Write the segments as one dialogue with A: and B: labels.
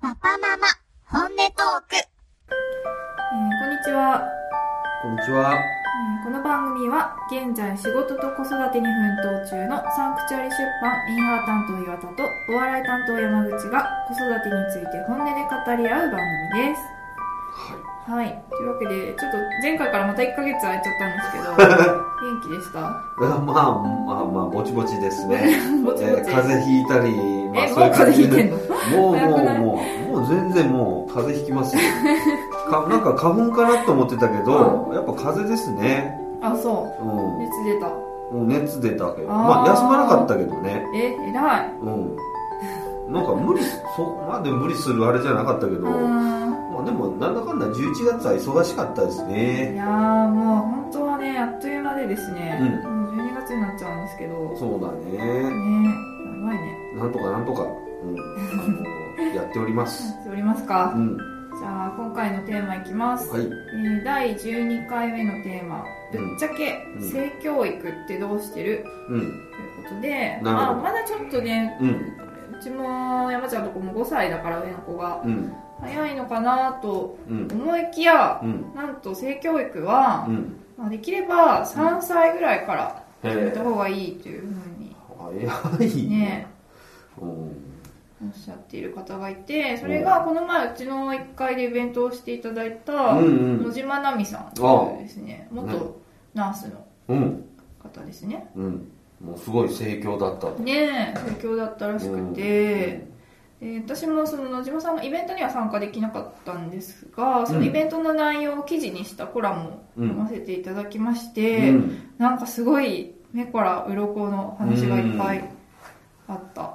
A: パママ、本音トーク。
B: えーこんにちは、
C: こんにちは。
B: えーこの番組は現在仕事と子育てに奮闘中のサンクチュアリ出版インハー担当岩田とお笑い担当山口が子育てについて本音で語り合う番組です
C: は
B: はいというわけでちょっと前回からまた1ヶ月空いちゃ ったんですけど元気でした
C: い。まあまあまあ、ぼちぼちですね。
B: ぼちぼ
C: えー
B: ち、
C: 風邪ひいた
B: え
C: り、まあ
B: もう風邪ひいてんの
C: のもうも
B: 早くないう
C: もう、もう全然もう風邪ひき ますよ。かなんか花粉かなと思ってたけど、やっぱ風邪ですね。
B: あそう
C: うん。
B: 熱出た
C: もう熱出たけど。
B: あー
C: まあ休まなかったけどね。
B: え偉い
C: うん。なんか無理す、そう、まあでも無理するあれじゃなかったけど、
B: う
C: ま
B: ーん
C: あでもなんだかんだ11月は忙しかったですね
B: い。やーもう本当はねあっという間でですね、
C: う
B: もう12月になっちゃうんですけどね
C: そうだね。
B: やばいね
C: なんとかなんとか、うん、あのやっております。
B: やっておりますか
C: うん、
B: じゃあ今回のテーマいきます、
C: はい。
B: えー第12回目のテーマ「ぶ
C: うん
B: っちゃけ
C: うん
B: 性教育ってどうしてる?」
C: うん、
B: ということで、
C: なる
B: まあ、
C: ほど
B: まだちょっとね
C: うん、
B: うちも山ちゃんとこも5歳だから上の子が
C: うん、
B: 早いのかなと
C: うん、
B: 思いきや
C: うん、
B: なんと性教育は
C: う、ん。
B: まあできれば3歳ぐらいから
C: へ
B: やめた
C: え。
B: 方がいいというふうに
C: 早い
B: ね。
C: うん。
B: おっしゃっている方がいてそれがこの前うちの1階でイベントをしていただいた
C: うんうん
B: 野島奈美さんというですね元ナースの
C: うん、
B: 方ですね
C: うん。もうすごい盛況だったと。
B: ねえ東京だったらしくて、で私もその野島さんのイベントには参加できなかったんですがそのイベントの内容を記事にしたコラムを
C: うん
B: 読ませていただきまし
C: う
B: て、
C: ん、
B: なんかすごい目から鱗の話がいっぱいあった、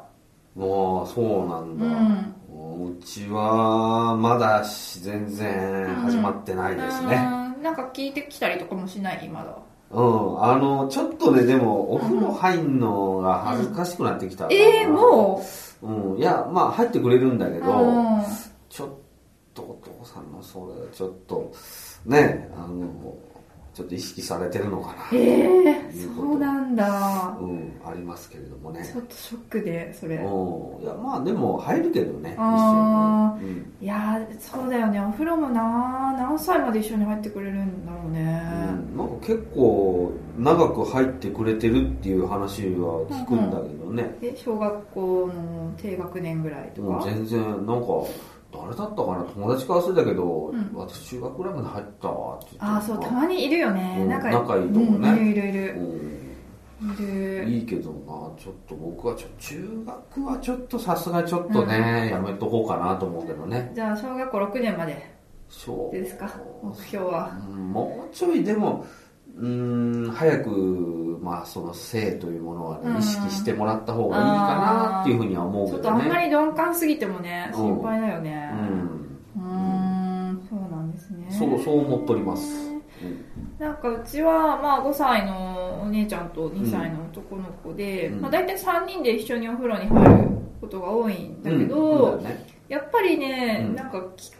C: うん。ああ、そうなんだ。
B: うん
C: うちは、まだし全然始まってないですね。
B: うんなんか聞いてきたりとかもしない今だ
C: うん、あの、ちょっとね、でも、お風呂入んのが恥ずかしくなってきたな。
B: ええも
C: ううん、いや、まあ、入ってくれるんだけ
B: う、
C: ど、
B: うん、
C: ちょっとお父さんのそれはちょっとねあのちょっと意識されてるのかな
B: ええ
C: いうこと
B: そうなんだ
C: うんありますけれどもね
B: ちょっとショックでそれ
C: うんいやまあでも入るけどね
B: あ
C: 一緒にね
B: いやーそうだよねお風呂もな何歳まで一緒に入ってくれるんだろうね
C: うん、うん、なんか結構長く入ってくれてるっていう話は聞くんだけどね、
B: え小学校の低学年ぐらいと
C: うん
B: か
C: 全然なんか誰だったかな友達から忘れたけど、
B: うん
C: 私中学ぐらいまで入ったわって言って
B: ああそうたまにいるよね、
C: うん
B: なんか
C: 仲いいとこね
B: うんいるいるいる
C: うん
B: いる
C: いいけどな、ちょっと僕はちょ、中学はちょっとさすがにちょっとね、やめとこうかなと思うけどね。
B: じゃあ小学校6年まで
C: そう。
B: ですか目標は
C: うんもうちょいでも、うーん、早く、まあその性というものは
B: うん
C: ね、意識してもらった方がいいかなっていうふうには思う
B: ちょ
C: け
B: っと
C: ど
B: あんま
C: ね。
B: り鈍感すぎてもね
C: うん
B: 心配だよね
C: うん。
B: うーんそうなんですね
C: そう、そう思っております。うん
B: なんかうちは、まあ、5歳のお姉ちゃんと2歳の男の子で、
C: うん
B: まあ、大体3人で一緒にお風呂に入ることが多いんだけど、
C: うんそうだね
B: やっぱりね、
C: うん
B: なんか聞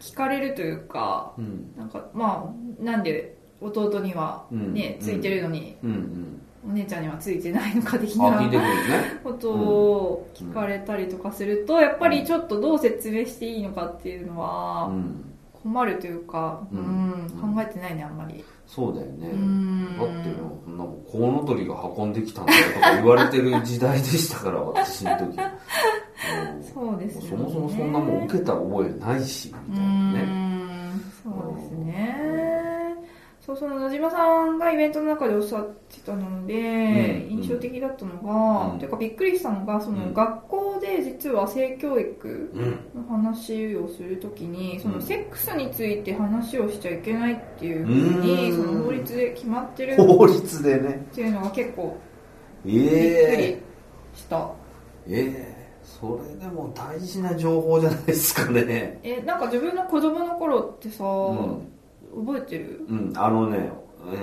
B: 聞かれるというか
C: うん。
B: なんかまあなんで弟には、ね
C: うん
B: ついてるのに、
C: うんうん。
B: お姉ちゃんにはついてないのか的
C: あ、聞いて
B: な
C: くるね。
B: ことを聞かれたりとかするとやっぱりちょっとどう説明していいのかっていうの
C: う
B: は
C: ん。
B: 困るというか、う
C: うんん
B: 考えてないねあんまり。
C: そうだよね。
B: うん
C: だってもう、なんかコウノトリが運んできたんだよとか言われてる時代でしたから、私の時。うん
B: そうですよね
C: そもそもそんなもん受けた覚えないし、
B: う
C: みたいなね。
B: ーんそうですね。そうその野島さんがイベントの中でおっしゃってたので、
C: うん
B: 印象的だったのが、
C: うん
B: ていうかびっくりしたのがその、
C: うん
B: 学校で実は性教育
C: うん。
B: の話をするときにその
C: うん
B: セックスについて話をしちゃいけないっていうふうに、
C: うん
B: その法律で決まってるっ
C: 法律でね。
B: ていうのが結構びっくり
C: え
B: した。
C: えええそれでも大事な情報じゃないですかね。
B: えなんか自分の子供の頃ってさ、
C: うん。
B: 覚えてる、
C: うん、あのね、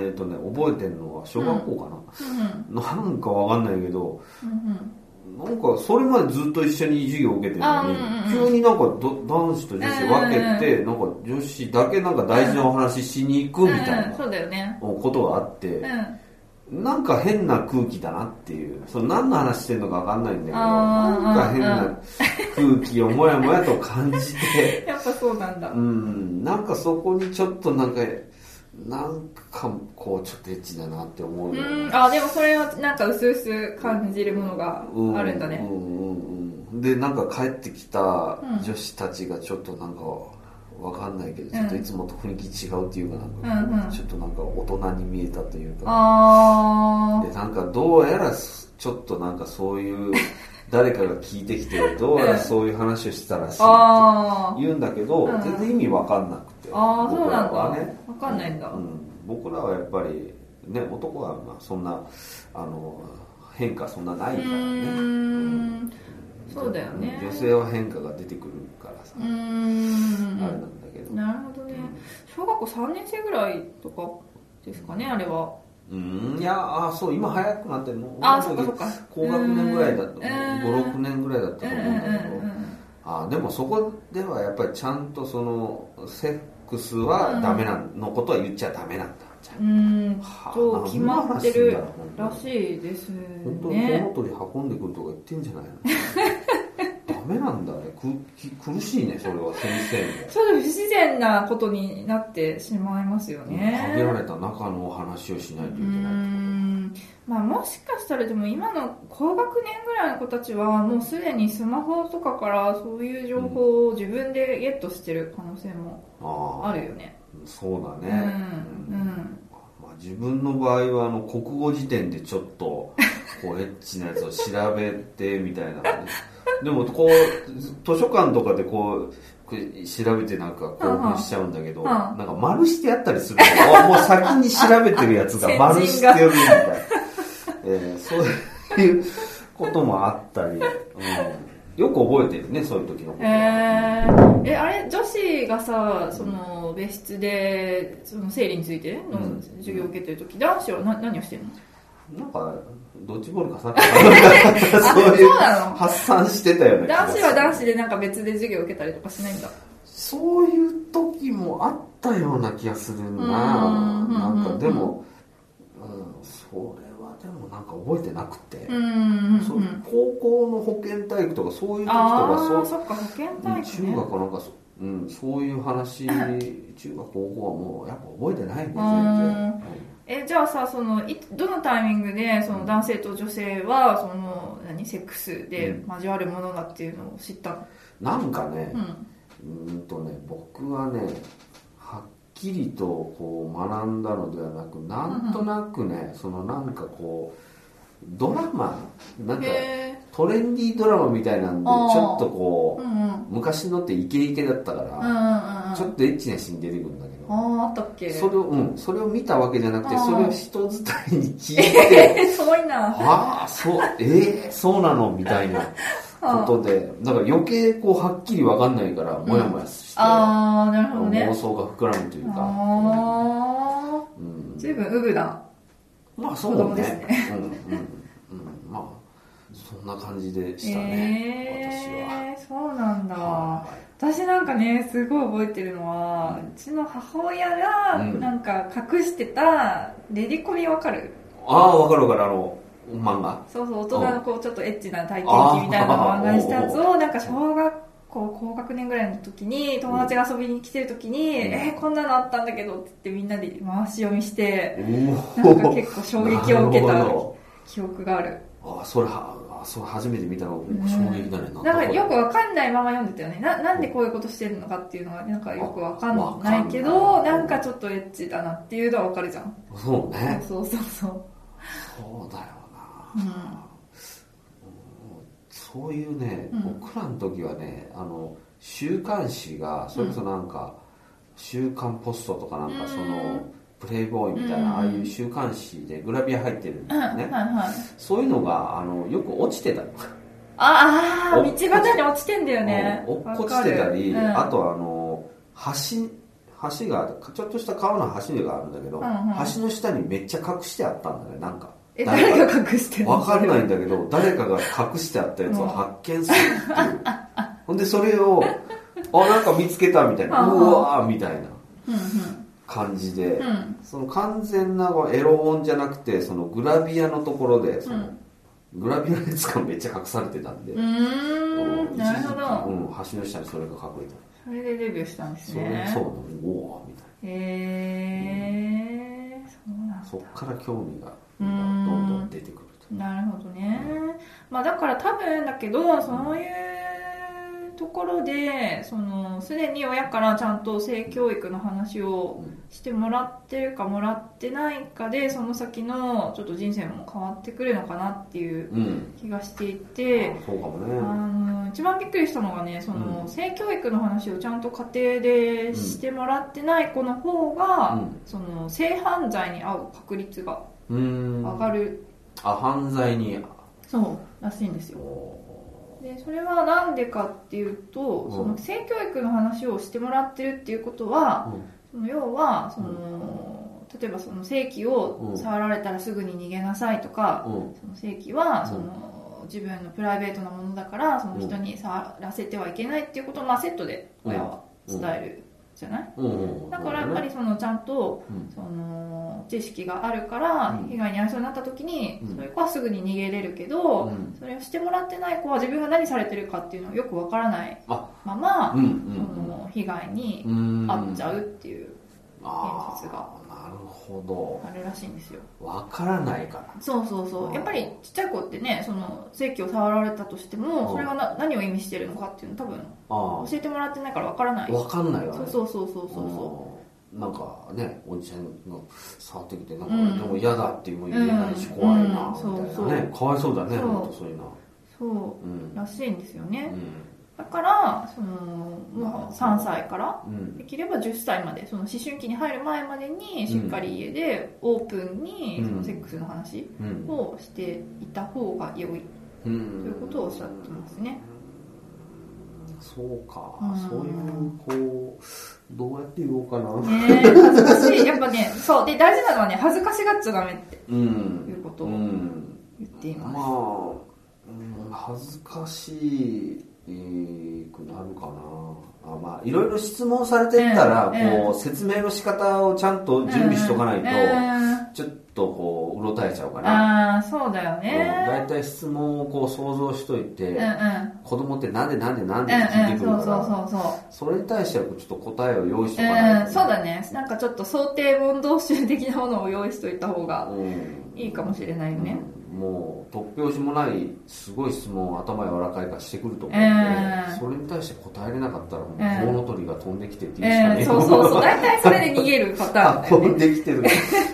C: えっ、とね、覚えてるのは小学校かな。
B: うん
C: なんかわかんないけど、
B: うんうん
C: なんかそれまでずっと一緒に授業を受けてるのに、
B: あうんうんうん
C: 急になんかど男子と女子分けて、なんか女子だけなんか大事なお話しに行くみたい
B: うんうん、そうだよね
C: なことがあって、
B: うん
C: なんか変な空気だなっていうその何の話してんのか分かんないんだけど
B: あー
C: なんか変
B: う
C: な空気をもやもやと感じて
B: やっぱそうなんだ。
C: うんなんかそこにちょっとなんかなんかこうちょっとエッチだなって思
B: う
C: うよ
B: ん、あ、でもそれはなんか薄々感じるものが
C: う
B: あるんだね。
C: うんうんうんでなんか帰ってきた
B: うん
C: 女子たちがちょっとなんかわかんないけど、ちょっといつもと雰囲気違うっていうかなんか、
B: うんうん
C: ちょっとなんか大人に見えたというか、
B: あ
C: でなんかどうやらすちょっとなんかそ ういう誰かが聞いてきてどうやらそういう話をしてたらしいっ
B: ー。
C: て
B: あー。
C: 言うんだけど、
B: うん
C: 全然意味わかんなくて
B: あーそうなんだ
C: 僕らはね
B: わかんないんだ
C: うん、僕らはやっぱりね男はまあそんなあの変化そんなないうからね
B: ーん。そうだよね。
C: 女性は変化が出てくるからさ、
B: うー
C: あれなん
B: ん。
C: だけど
B: なるほどね。小学校3年生ぐらいとかですかね、あれは。
C: うんいやあそう今早くなってるもう
B: あー、そ
C: 俺
B: っ
C: の
B: か
C: 時
B: そっか。
C: 高学年ぐらいだと
B: うん
C: 56年ぐらいだったと思うんだけど、あーでもそこではやっぱりちゃんとそのセックスはダメなのことは言っちゃダメなんだじゃ
B: うんうんうん。うん。
C: あ
B: そう
C: はあ
B: 決まって
C: 何
B: る
C: の話すんだろう
B: らしいです
C: 本当に
B: ね。
C: コウノトリ運んでくるとか言ってんじゃ ないのダメなんだねくき苦しいねそれは先
B: ちょっと不自然なことになってしまいますよ
C: 生も、限ら
B: ね。
C: れた中のお話をしないうとい
B: ー
C: けない
B: んまあ、もしかしたらでも今の高学年ぐらいの子たちはもうすでにスマホとかからそういう情報を自分でゲットしてる可能性も
C: あ
B: あ
C: あ
B: るよね。
C: そうだ
B: う
C: ね、
B: ん
C: うんまあ、自分の場合はあの国語辞典でちょっとこうエッチなやつを調べてみたいなでもこう図書館とかでこうこう調べてなんか興奮しちゃうんだけど、
B: うんうん
C: なんか丸してやったりするのあもう先に調べてるやつ が丸してるみたいな、えーそういうこともあったり、うん、よく覚えてるねそういう時のこ
B: え
C: とは、
B: ー、えあれ女子がさその別室でその生理についての
C: うん
B: 授業を受けてる時、男子はな何をしてるの
C: なんかドッジボールかサッカ ーかなんかそういう
B: そうなの
C: 発散してたよね
B: 男子は男子でなんか別で授業受けたりとかしないんだ
C: そういう時もあったような気がするな
B: うん
C: なん
B: う
C: か
B: ん
C: でも、うん、それはでもなんか覚えてなくて、
B: うんうん
C: そううん高校の保健体育とかそういう時と
B: あ
C: か
B: あ
C: そう
B: ーそっか保健体育
C: 中
B: ね
C: 学かなんかそ,、うん、そういう話中学高校はもうやっぱ覚えてないね全
B: うんえじゃあさそのいどのタイミングでその男性と女性はその何セックスで交わるものだっていうのを知ったの
C: 然なんかね
B: うん、
C: うーんとね僕はねはっきりとこう学んだのではなくなんとなくね、そのなんかこうドラマなんか
B: へえ
C: トレンディードラマみたいなんでち
B: あー
C: ょっと
B: う
C: こ
B: んうんうんうんうん
C: う昔のってイケイケだったから、
B: あ
C: ちょっとエッチなシーン出てくるんだけ
B: あ
C: ど
B: ーあったっけ
C: それを、うん、それを見たわけじゃなくて
B: あー
C: それを人伝いに聞いて
B: すごいな
C: ああそうええそうなのみたいなことでだから余計こうはっきり分かんないからモヤモヤして。
B: ああなるほどね
C: 妄想が膨らむというか、
B: ああ
C: うん
B: 随分ウブな
C: まあそ
B: 子
C: う
B: 供です
C: ね、うんうんうん、まあそんな感じでしたね、
B: えー、そうなんだ
C: 私は。
B: 私なんかねすごい覚えてるのは、うちの母親が
C: うん
B: なんか隠してたレディコミわかる、
C: ああ分かる分かるあの漫画
B: そうそう大人のこうちょっとエッチな体験記みたいなのを案内したやつをなんか小学校高学年ぐらいの時に友達が遊びに来てる時に「
C: うん
B: えー、こんなのあったんだけど」って言ってみんなで回し読みしてな
C: お
B: んか結構衝撃を受け
C: なる
B: た
C: ほ
B: 記憶がある
C: どああそれはあそれ初めて見たの
B: ん
C: 衝撃だね
B: なんかよくわかんないまま読んでたよねななんでこういうことしてるのかっていうのはなんかよくわか
C: あわ
B: ん
C: かんな
B: ないいけどなんかちょっとエッチだなっていうのはわかるじゃん
C: そうね
B: そうそうそう
C: そうだよな、
B: うん
C: そういうね、
B: うん
C: 僕らの時はねあの週刊誌がそれこそなんか、週刊ポストとかなんかその、
B: うん
C: プレイボーイみたいな、
B: うん
C: ああいう週刊誌でグラビア入ってるんだ
B: うん
C: よ
B: はい
C: ね、
B: はい
C: そういうのがあのよく落ちてたの、
B: ああ
C: お
B: 道端に落ちてんだよね
C: うん落っこちてたり、
B: わかるうん
C: あとはあの橋橋がちょっとした川の橋があるんだけど、
B: うんうん
C: 橋の下にめっちゃ隠してあったんだねなんか
B: え
C: 誰か
B: 誰が隠してるの
C: わかんないんだけど、誰かが隠してあったやつを発見するっていう。ほんで、それを、あ、なんか見つけたみたいな。
B: うん
C: うわーみたいな
B: うんうん
C: 感じで、
B: うん
C: その完全なエロ本じゃなくてそのグラビアのところでその、グラビアのやつがめっちゃ隠されてたんで、
B: うーんなるほ
C: う
B: ど
C: ん、橋の下にそれが隠れて
B: それでデビューしたんです
C: それ
B: ね
C: そうなのおおみたい
B: へえー、そうなん
C: な
B: だ
C: そっから興味が
B: う
C: ど
B: ーん
C: んどん出てくると
B: なるほどね、まあ、だから多分だけどそういうところでそのすでに親からちゃんと性教育の話をしてもらってるかもらってないかでその先のちょっと人生も変わってくるのかなっていう
C: うん、
B: 気がしていて。
C: そうかも
B: あ
C: ね
B: の一番びっくりしたのがねその、
C: うん
B: 性教育の話をちゃんと家庭でしてもらってない子の方が、
C: うん
B: その性犯罪に遭う確率が
C: うーん
B: 上がる、
C: あ犯罪に
B: そうらしいんですよ
C: お
B: でそれは何でかっていうと、
C: うん
B: その性教育の話をしてもらってるっていうことは、その要はその、例えばその性器を
C: うん
B: 触られたらすぐに逃げなさいとか、
C: うん
B: その性器は
C: うん
B: その、自分のプライベートなものだからその人に触らせてはいけないっていうことを、まあ、セットで親は伝えるじゃない、
C: うんうん
B: だからやっぱりそのちゃんと
C: うん
B: その知識があるから
C: うん
B: 被害に遭いそうになった時に、
C: うん
B: そういう子はすぐに逃げれるけど、
C: うん
B: それをしてもらってない子は自分が何されてるかっていうのをよくわからない
C: あ
B: まま、
C: うん
B: その被害に
C: うんうん
B: 遭っちゃうっていう
C: あ
B: 現実が
C: あなるほ
B: あるらしいんですよ
C: どわからないから
B: そうそうそうやっぱりちっちゃい子ってねその性器を触られたとして
C: うん
B: もそれがな何を意味してるのかっていうの多分
C: あ
B: 教えてもらってないからわからな
C: あ
B: い
C: わかんないわね
B: そうそうそうそうそうそ
C: うんなんかねおじちゃんが触ってきてなんか、
B: うん
C: でも嫌だっても言えないし、
B: うん
C: 怖いなみたいな
B: うん
C: ね、
B: そうそう
C: かわいそうだね
B: そう
C: ほんとそういうの
B: うそ
C: うん
B: うらしいんですよね、
C: う
B: だからその、まあ、3歳から
C: んうん
B: できれば10歳までその思春期に入る前までにしっかり家でオープンに
C: うん
B: そのセックスの話
C: うん
B: をしていた方が良い
C: うん
B: ということをおっしゃってますね、
C: そうか、
B: うん
C: そういうこうどうやって言おうかな
B: ねえ恥ずかしい やっぱねそうで大事なのはね恥ずかしがっちゃダメって
C: う
B: い
C: ん
B: うこと
C: う
B: を
C: ん
B: 言ってい
C: ま
B: ます、
C: あ、うん、恥ずかしいくなるかなあまあいろいろ質問されてったら、
B: ええ
C: こう説明の仕方をちゃんと準備しとかない
B: うん
C: と、ちょっとこううろたえちゃうかな
B: ああそうだよ
C: だい
B: ね
C: たい質問をこう想像しといて、
B: うんうん
C: 子供ってなんでなんでなんでって
B: う
C: 聞い
B: んう
C: て
B: ん
C: く
B: そ
C: る
B: う
C: か
B: そう
C: ら、
B: そうそう
C: それに対してはちょっと答えを用意しと
B: う
C: かない
B: ん、そうだねなんかちょっと想定問答集的なものを用意しといた方が
C: うん
B: いいかもしれないよね、
C: うんもう突拍子もないすごい質問を頭柔らかいからしてくると思うんで、
B: うん
C: それに対して答えれなかったらもう、
B: うん
C: コウノトリが飛んできてっていうしか
B: え
C: ね
B: ー、そうそうそう大体それで逃げるパターンだよ
C: 飛
B: ね
C: んできてる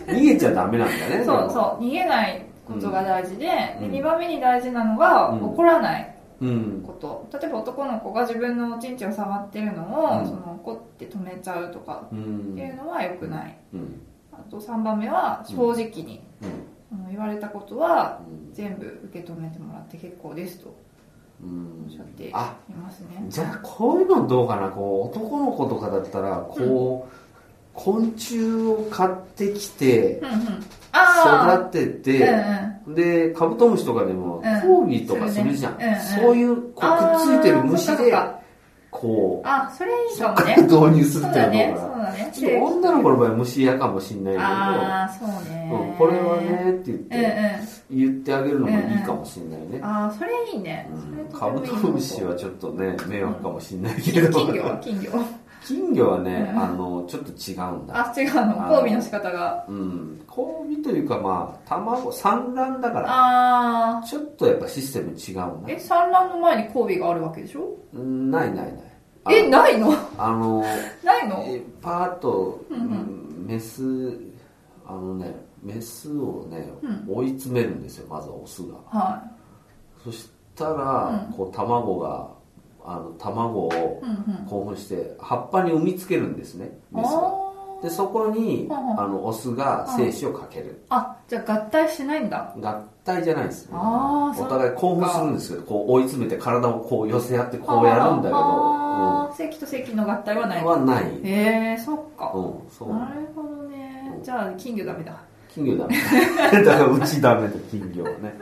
C: 逃げちゃダメなんだね
B: そうそう逃げないことが大事で,、
C: うん
B: で2番目に大事なのが、
C: うん
B: 怒らないう
C: うん
B: こと例えば男の子が自分のおちんちんを触ってるのを、
C: うん
B: その怒って止めちゃうとか
C: うん
B: っていうのは良くない、
C: うん
B: あと3番目は正直に、
C: うん
B: あの言われたことは
C: うん
B: 全部受け止めてもらって結構ですと
C: うん
B: おっしゃってい
C: あ
B: ますね
C: じゃあこういうのどうかなこう男の子とかだったらこう、昆虫を買ってきて
B: うんうんああ
C: 育て
B: う
C: て、
B: んうん
C: でカブトムシとかでも
B: うん
C: コーギーとかするじゃん、
B: するねうんうん
C: そういうこうくっついてる虫
B: あーそっかそっ
C: で
B: か
C: こ
B: あそれいいかも
C: う
B: ね
C: 導入
B: そ
C: す
B: う
C: るってい
B: だ
C: う
B: ね
C: の
B: そう
C: が、
B: だね
C: ちょっと女の子の場合は虫嫌かもしんない
B: ああそう
C: け
B: ね、
C: ど、うんこれはねって言っ
B: うんう
C: て、
B: ん
C: 言ってあげるのもいいかもしんないね、
B: ああそれいいね、それ
C: うん
B: とて
C: カ
B: も
C: ブ
B: いい
C: ト
B: 方法
C: ムシはちょっとね迷惑かもしんないけど、
B: 金魚は金魚
C: 金魚はね、
B: うん
C: あのちょっと違うんだ
B: あ違うの
C: あの
B: 交尾の仕方が
C: うん交尾というかまあ卵産卵だから
B: ああ
C: ちょっとやっぱシステム違うんだ
B: え産卵の前に交尾があるわけでしょ
C: うんないないないあ
B: えないの
C: あの
B: ないの
C: えパーッと、
B: うんうん
C: うんメスあのねメスをね、
B: うん
C: 追い詰めるんですよまずはオスが
B: は
C: そしたら、
B: うん
C: こう卵があの卵
B: い
C: を
B: うんうん
C: 興奮して葉っぱに産みつけるんですね
B: あ
C: メスがでそこに、
B: はは
C: あのオスが精子をかける、
B: ああじゃあ合体しないんだ
C: 合体じゃないんですね
B: あーそ
C: お
B: っか
C: 互い興奮するんですけどこう追い詰めて体をこう寄せ合ってこうやるんだけど、
B: あー、石と石の合体は
C: うん
B: ない
C: はない、うん、
B: へえそっか、
C: そう
B: なるほどねじゃあ金魚ダメだ
C: 金魚ダメ だからうちダメだ金魚はね、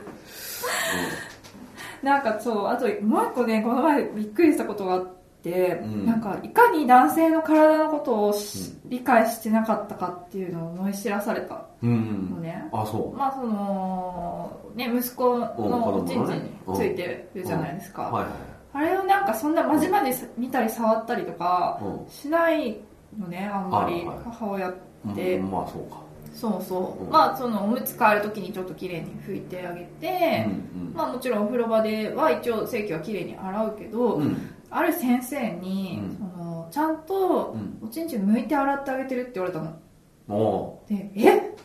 B: なんかそうあともう一個ねこの前びっくりしたことがあっって、
C: うん
B: なんかいかに男性の体のことをし理解してなかったかっていうのを思い知らされた
C: うんう
B: の
C: ん
B: ね、
C: あそ
B: まあそのね息子の
C: う
B: お
C: ん
B: ちんちんについてるじゃないです
C: う
B: か、
C: はいは
B: あれをなんかそんなまじまじ見たり触ったりとか
C: いうん
B: しないのねあんまり
C: はいはい
B: 母親って、
C: うんまあそうか
B: そうそう、
C: うん
B: まあそのおむつ替える時にちょっと綺麗に拭いてあげて、
C: うん
B: まあもちろんお風呂場では一応性器は綺麗に洗うけど、
C: うんうん
B: ある先生に、
C: うん
B: そのちゃんと
C: うん
B: おちんちん剥いて洗ってあげてるって言われたの
C: も
B: でえ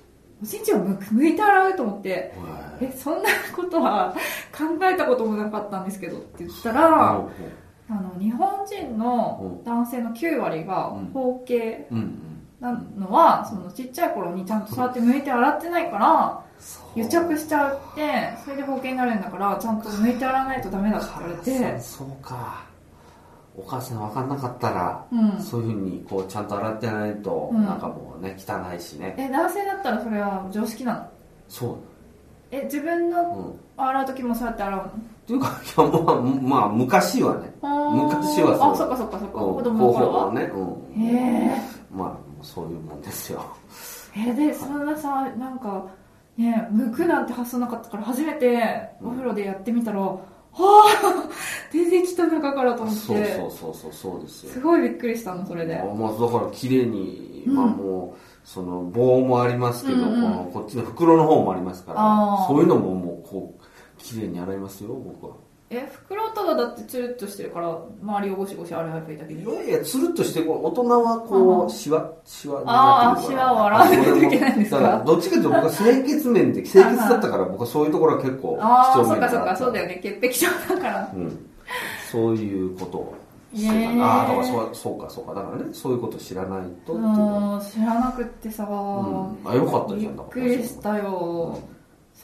B: おちんちんをむ剥いて洗うと思って
C: う
B: えそんなことは考えたこともなかったんですけどって言ったら、
C: うん
B: あの日本人の男性の9割が
C: うん
B: 包茎
C: うんうん
B: なのはそのちっちゃい頃にちゃんとそうやって剥いて洗ってないから
C: そう
B: 癒着しちゃうってそれで包茎になるんだからちゃんと剥いて洗わないとダメだって言われて
C: そうかお母さん分かんなかったら、
B: うん
C: そういうふうにこうちゃんと洗ってないと、
B: うん
C: なんかもうね汚いしね
B: え男性だったらそれは常識なの
C: そ
B: え自分の
C: ううんっ
B: 洗う時もそうやって洗うの
C: ていうかいやまあ、まあ、昔はね昔はそう
B: あそっかそっかそっか
C: うん
B: 子供の頃
C: 方法
B: は
C: ね、うん、
B: へえ
C: まあそういうもんですよ
B: えでそんなさなんかね剥くなんて発想なかったから初めてお風呂でやってみたら、はあ 出てきた中からと思って
C: そうそうそうそうそうですよ
B: すごいびっくりしたのそれで
C: まあ、まあだから綺麗に、
B: うん
C: まあもうその棒もありますけど、
B: うんうん
C: このこっちの袋の方もありますか
B: あ
C: ら
B: ー
C: そういうのももうこう綺麗に洗いますよ僕は
B: え袋ただだってツルっとしてるから周りをゴシゴシ洗えばいいだけで
C: い
B: しょ
C: やいやつるっとしてこう大人は
B: うん
C: こ
B: うん
C: うしわしわに
B: あ
C: な
B: あ
C: って
B: シ
C: るから
B: ワを洗わないといけないんです
C: だから
B: か
C: どっちかというと僕は清潔 面で清潔だったから僕はそういうところは結構
B: ああ
C: 貴
B: そ
C: 重
B: っ
C: 面
B: か
C: だ
B: そっかそうだ
C: よ、
B: よね潔癖症だから
C: うん、そういうことをしてた
B: へー
C: ああだからそうそうかそうかだからねそういうこと知らないとっていうのは
B: もう知らなくってさ、
C: うん、あよかった
B: び
C: じ
B: っ
C: ゃんだか
B: く
C: ら
B: りしたよ、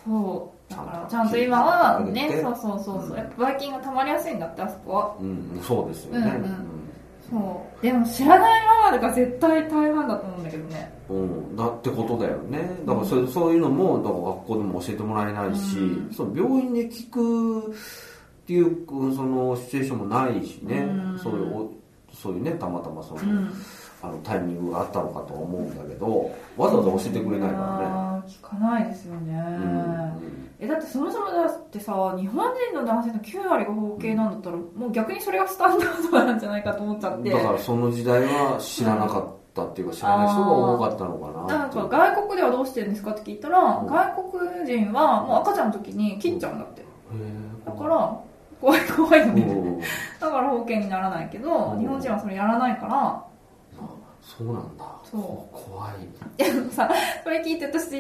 B: そうだからちゃんと今はねそうそうそうそうやっぱばい菌が溜まりやすいんだってあそこは
C: うん、そうですよね。
B: うんそうでも知らないままでが絶対大半だと思うんだけどね
C: うんうんだってことだよね。だからそれそういうのも、だから学校でも教えてもらえないし、
B: うん
C: その病院で聞くっていう、うんそのシチュエーションもないしね、
B: うん
C: そういうお、そういうね、たまたまその、
B: うん
C: あのタイミングがあったのかとは思うんだけど、わざわざ教えてくれないか
B: あー聞かないですよね、
C: らね。うん
B: えだってそもそもだってさ日本人の男性の9割が包茎なんだったらもう逆にそれがスタンダードなんじゃないかと思っちゃって
C: だからその時代は知らなかったっていうか、知らない人が多かったのかな
B: な
C: っ
B: ん
C: ていう
B: か外国ではどうしてるんですかって聞いたら、
C: ん
B: 外国人はもう赤ちゃんの時に切っちゃうんだって、
C: へー
B: だから怖い 怖いよね、
C: うん
B: だから保険にならないけど、
C: うん
B: 日本人はそれやらないから
C: そうなんだ。
B: そう
C: 怖いね。
B: でもさそれ聞いて私帰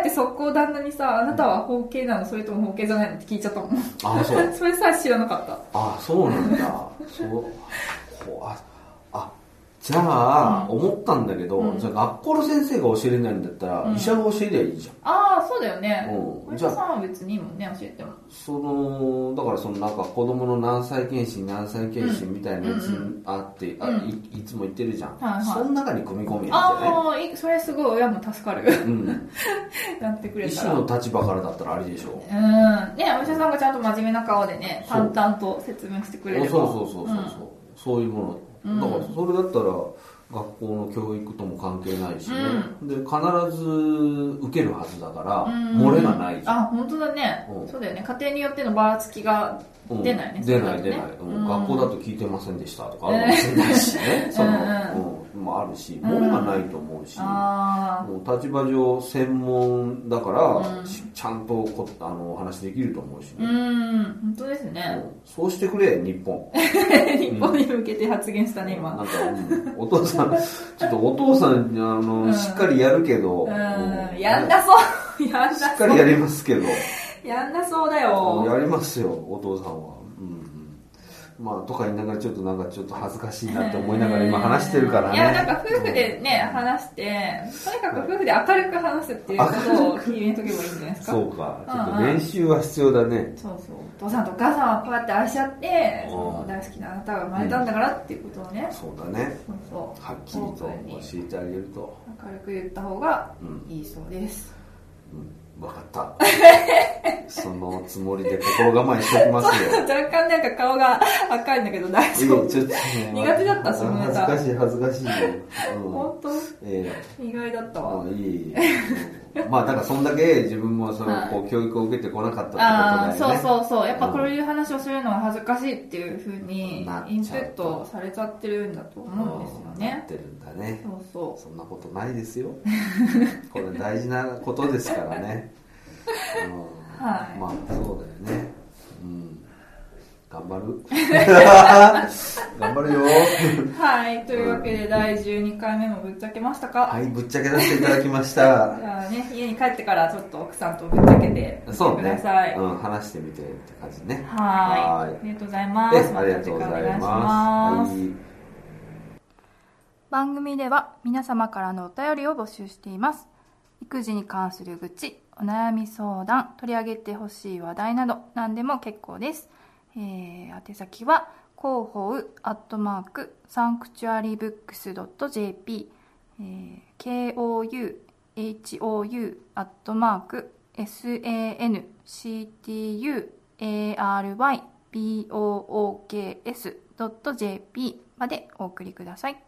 B: って速攻旦那にさ「あなたは包茎なのそれとも包茎じゃないの?」って聞いちゃったもん
C: あ、そう。
B: それさえ知らなかった
C: あそうなんだそうこああじゃあ、
B: うん
C: 思ったんだけど、
B: うん
C: じゃあ学校の先生が教えれないんだったら、
B: うん
C: 医者が教えりゃいいじ
B: ああそうだよ
C: ゃん、
B: ね
C: う
B: お
C: ん、
B: 医
C: じゃ
B: 者さ
C: あ
B: んは別にいいもんね教えても
C: そのだからそのなんか子供の何歳検診何歳検診みたいなやつ
B: うんう
C: あって、
B: う
C: あいいつも言ってるじゃん、
B: はいはい
C: その中に組み込みやんだよね
B: ああいいそれすごい親も助かる
C: うん、
B: なってくれ
C: 医
B: た
C: 師
B: ら
C: の立場からだったらあれでしょ
B: うんね、お医者さんがちゃんと真面目な顔でね
C: そう
B: 淡々と説明してくれれば
C: そうそうそうそうそう、そういうも
B: うん
C: のだからそれだったら学校の教育とも関係ないしね、で必ず受けるはずだから、
B: うん
C: 漏れがないじゃん
B: あ本当だね、
C: うん
B: そうだよね家庭によってのばらつきが
C: うん
B: 出ないね
C: 出ない
B: それ
C: 出
B: だ
C: な
B: と
C: い
B: ね、
C: うん
B: うん
C: 学校だと聞いてませんでしたとかあるかもしれないしねその、うんもあるし漏れがないと思うし、
B: あ
C: もう立場上専門だから、
B: うん
C: しちゃんとこあのお話できると思うし
B: あう
C: ね、
B: ん本当です
C: う
B: ね
C: んそうしてくれ日本
B: 日本に向けて発言したね今
C: なんか、うんお父さん、ちょっとお父さんに、あの、
B: うん
C: しっかりやるけど、
B: うん
C: うん
B: やんなそうやんな
C: しっ
B: そ
C: か
B: う
C: りやりますけど、
B: やんなそうだ
C: や
B: よ
C: りますよ、お父さんは。うんうんまあ、とか言いながら、ちょっとなんか、ちょっと恥ずかしいなって思いながら今話してるからね。
B: いやなんか夫婦でね話してとにかく夫婦で明るく話すっていうことを決めとけばいいんじゃないですか
C: そうか、ちょっ
B: うん
C: と
B: うん
C: 練習は必要だね。
B: そうそうお父さんとお母さんはこうやって愛し合って
C: うん
B: その大好きなあなたが生まれたんだからっていうことをね、
C: そうだね。
B: そうそ
C: はっきりと教えてあげると。
B: う明るく言った方が
C: うん
B: いいそうです
C: うんわかった。そのつもりで心構えしておきますよ。
B: 若干なんか顔が赤いんだけど大
C: い
B: 丈
C: や
B: 夫
C: ちょっと
B: 苦手だったそのネ
C: 恥ず
B: タ
C: かしい恥ずかしいよ、うん
B: 本当
C: え
B: 意外だった
C: え
B: わ
C: もういいまあだからそんだけ自分もその
B: はい
C: こう教育を受けてこなかったってこと
B: ああ
C: だよ
B: そ
C: ね
B: うそうそうやっぱこういう話をするのは恥ずかしいっていうふうに
C: なっ
B: インプ
C: ちゃう
B: ッ
C: と
B: トされちゃってるんだと思うんですよ
C: な
B: ね
C: ってるんだね
B: そうそ
C: そんなことないですよこれ大事なことですからね、うん
B: はい
C: まあそうだよねうん頑張 る頑張るよ
B: うはいというわけで第12回目もぶっちゃけましたか、
C: はいぶっちゃけさせていただきまし
B: じ
C: た
B: ゃあね家に帰ってからちょっと奥さんとぶっちゃけてみて
C: そう
B: く
C: ね
B: ださい、
C: うん、話してみてって感じね
B: はーい
C: はーい
B: ありがとうございま
C: ですありがとうござい
B: また次回お願いしま
C: ますす、はい
B: 番組では皆様からのお便りを募集しています育児に関する愚痴お悩み相談取り上げてほしい話題など何でも結構です、えー宛先は広報アットマークサンクチュアリーブックス .jp、えー、KOUHOU アットマーク SANCTUARYBOOKS.jp までお送りください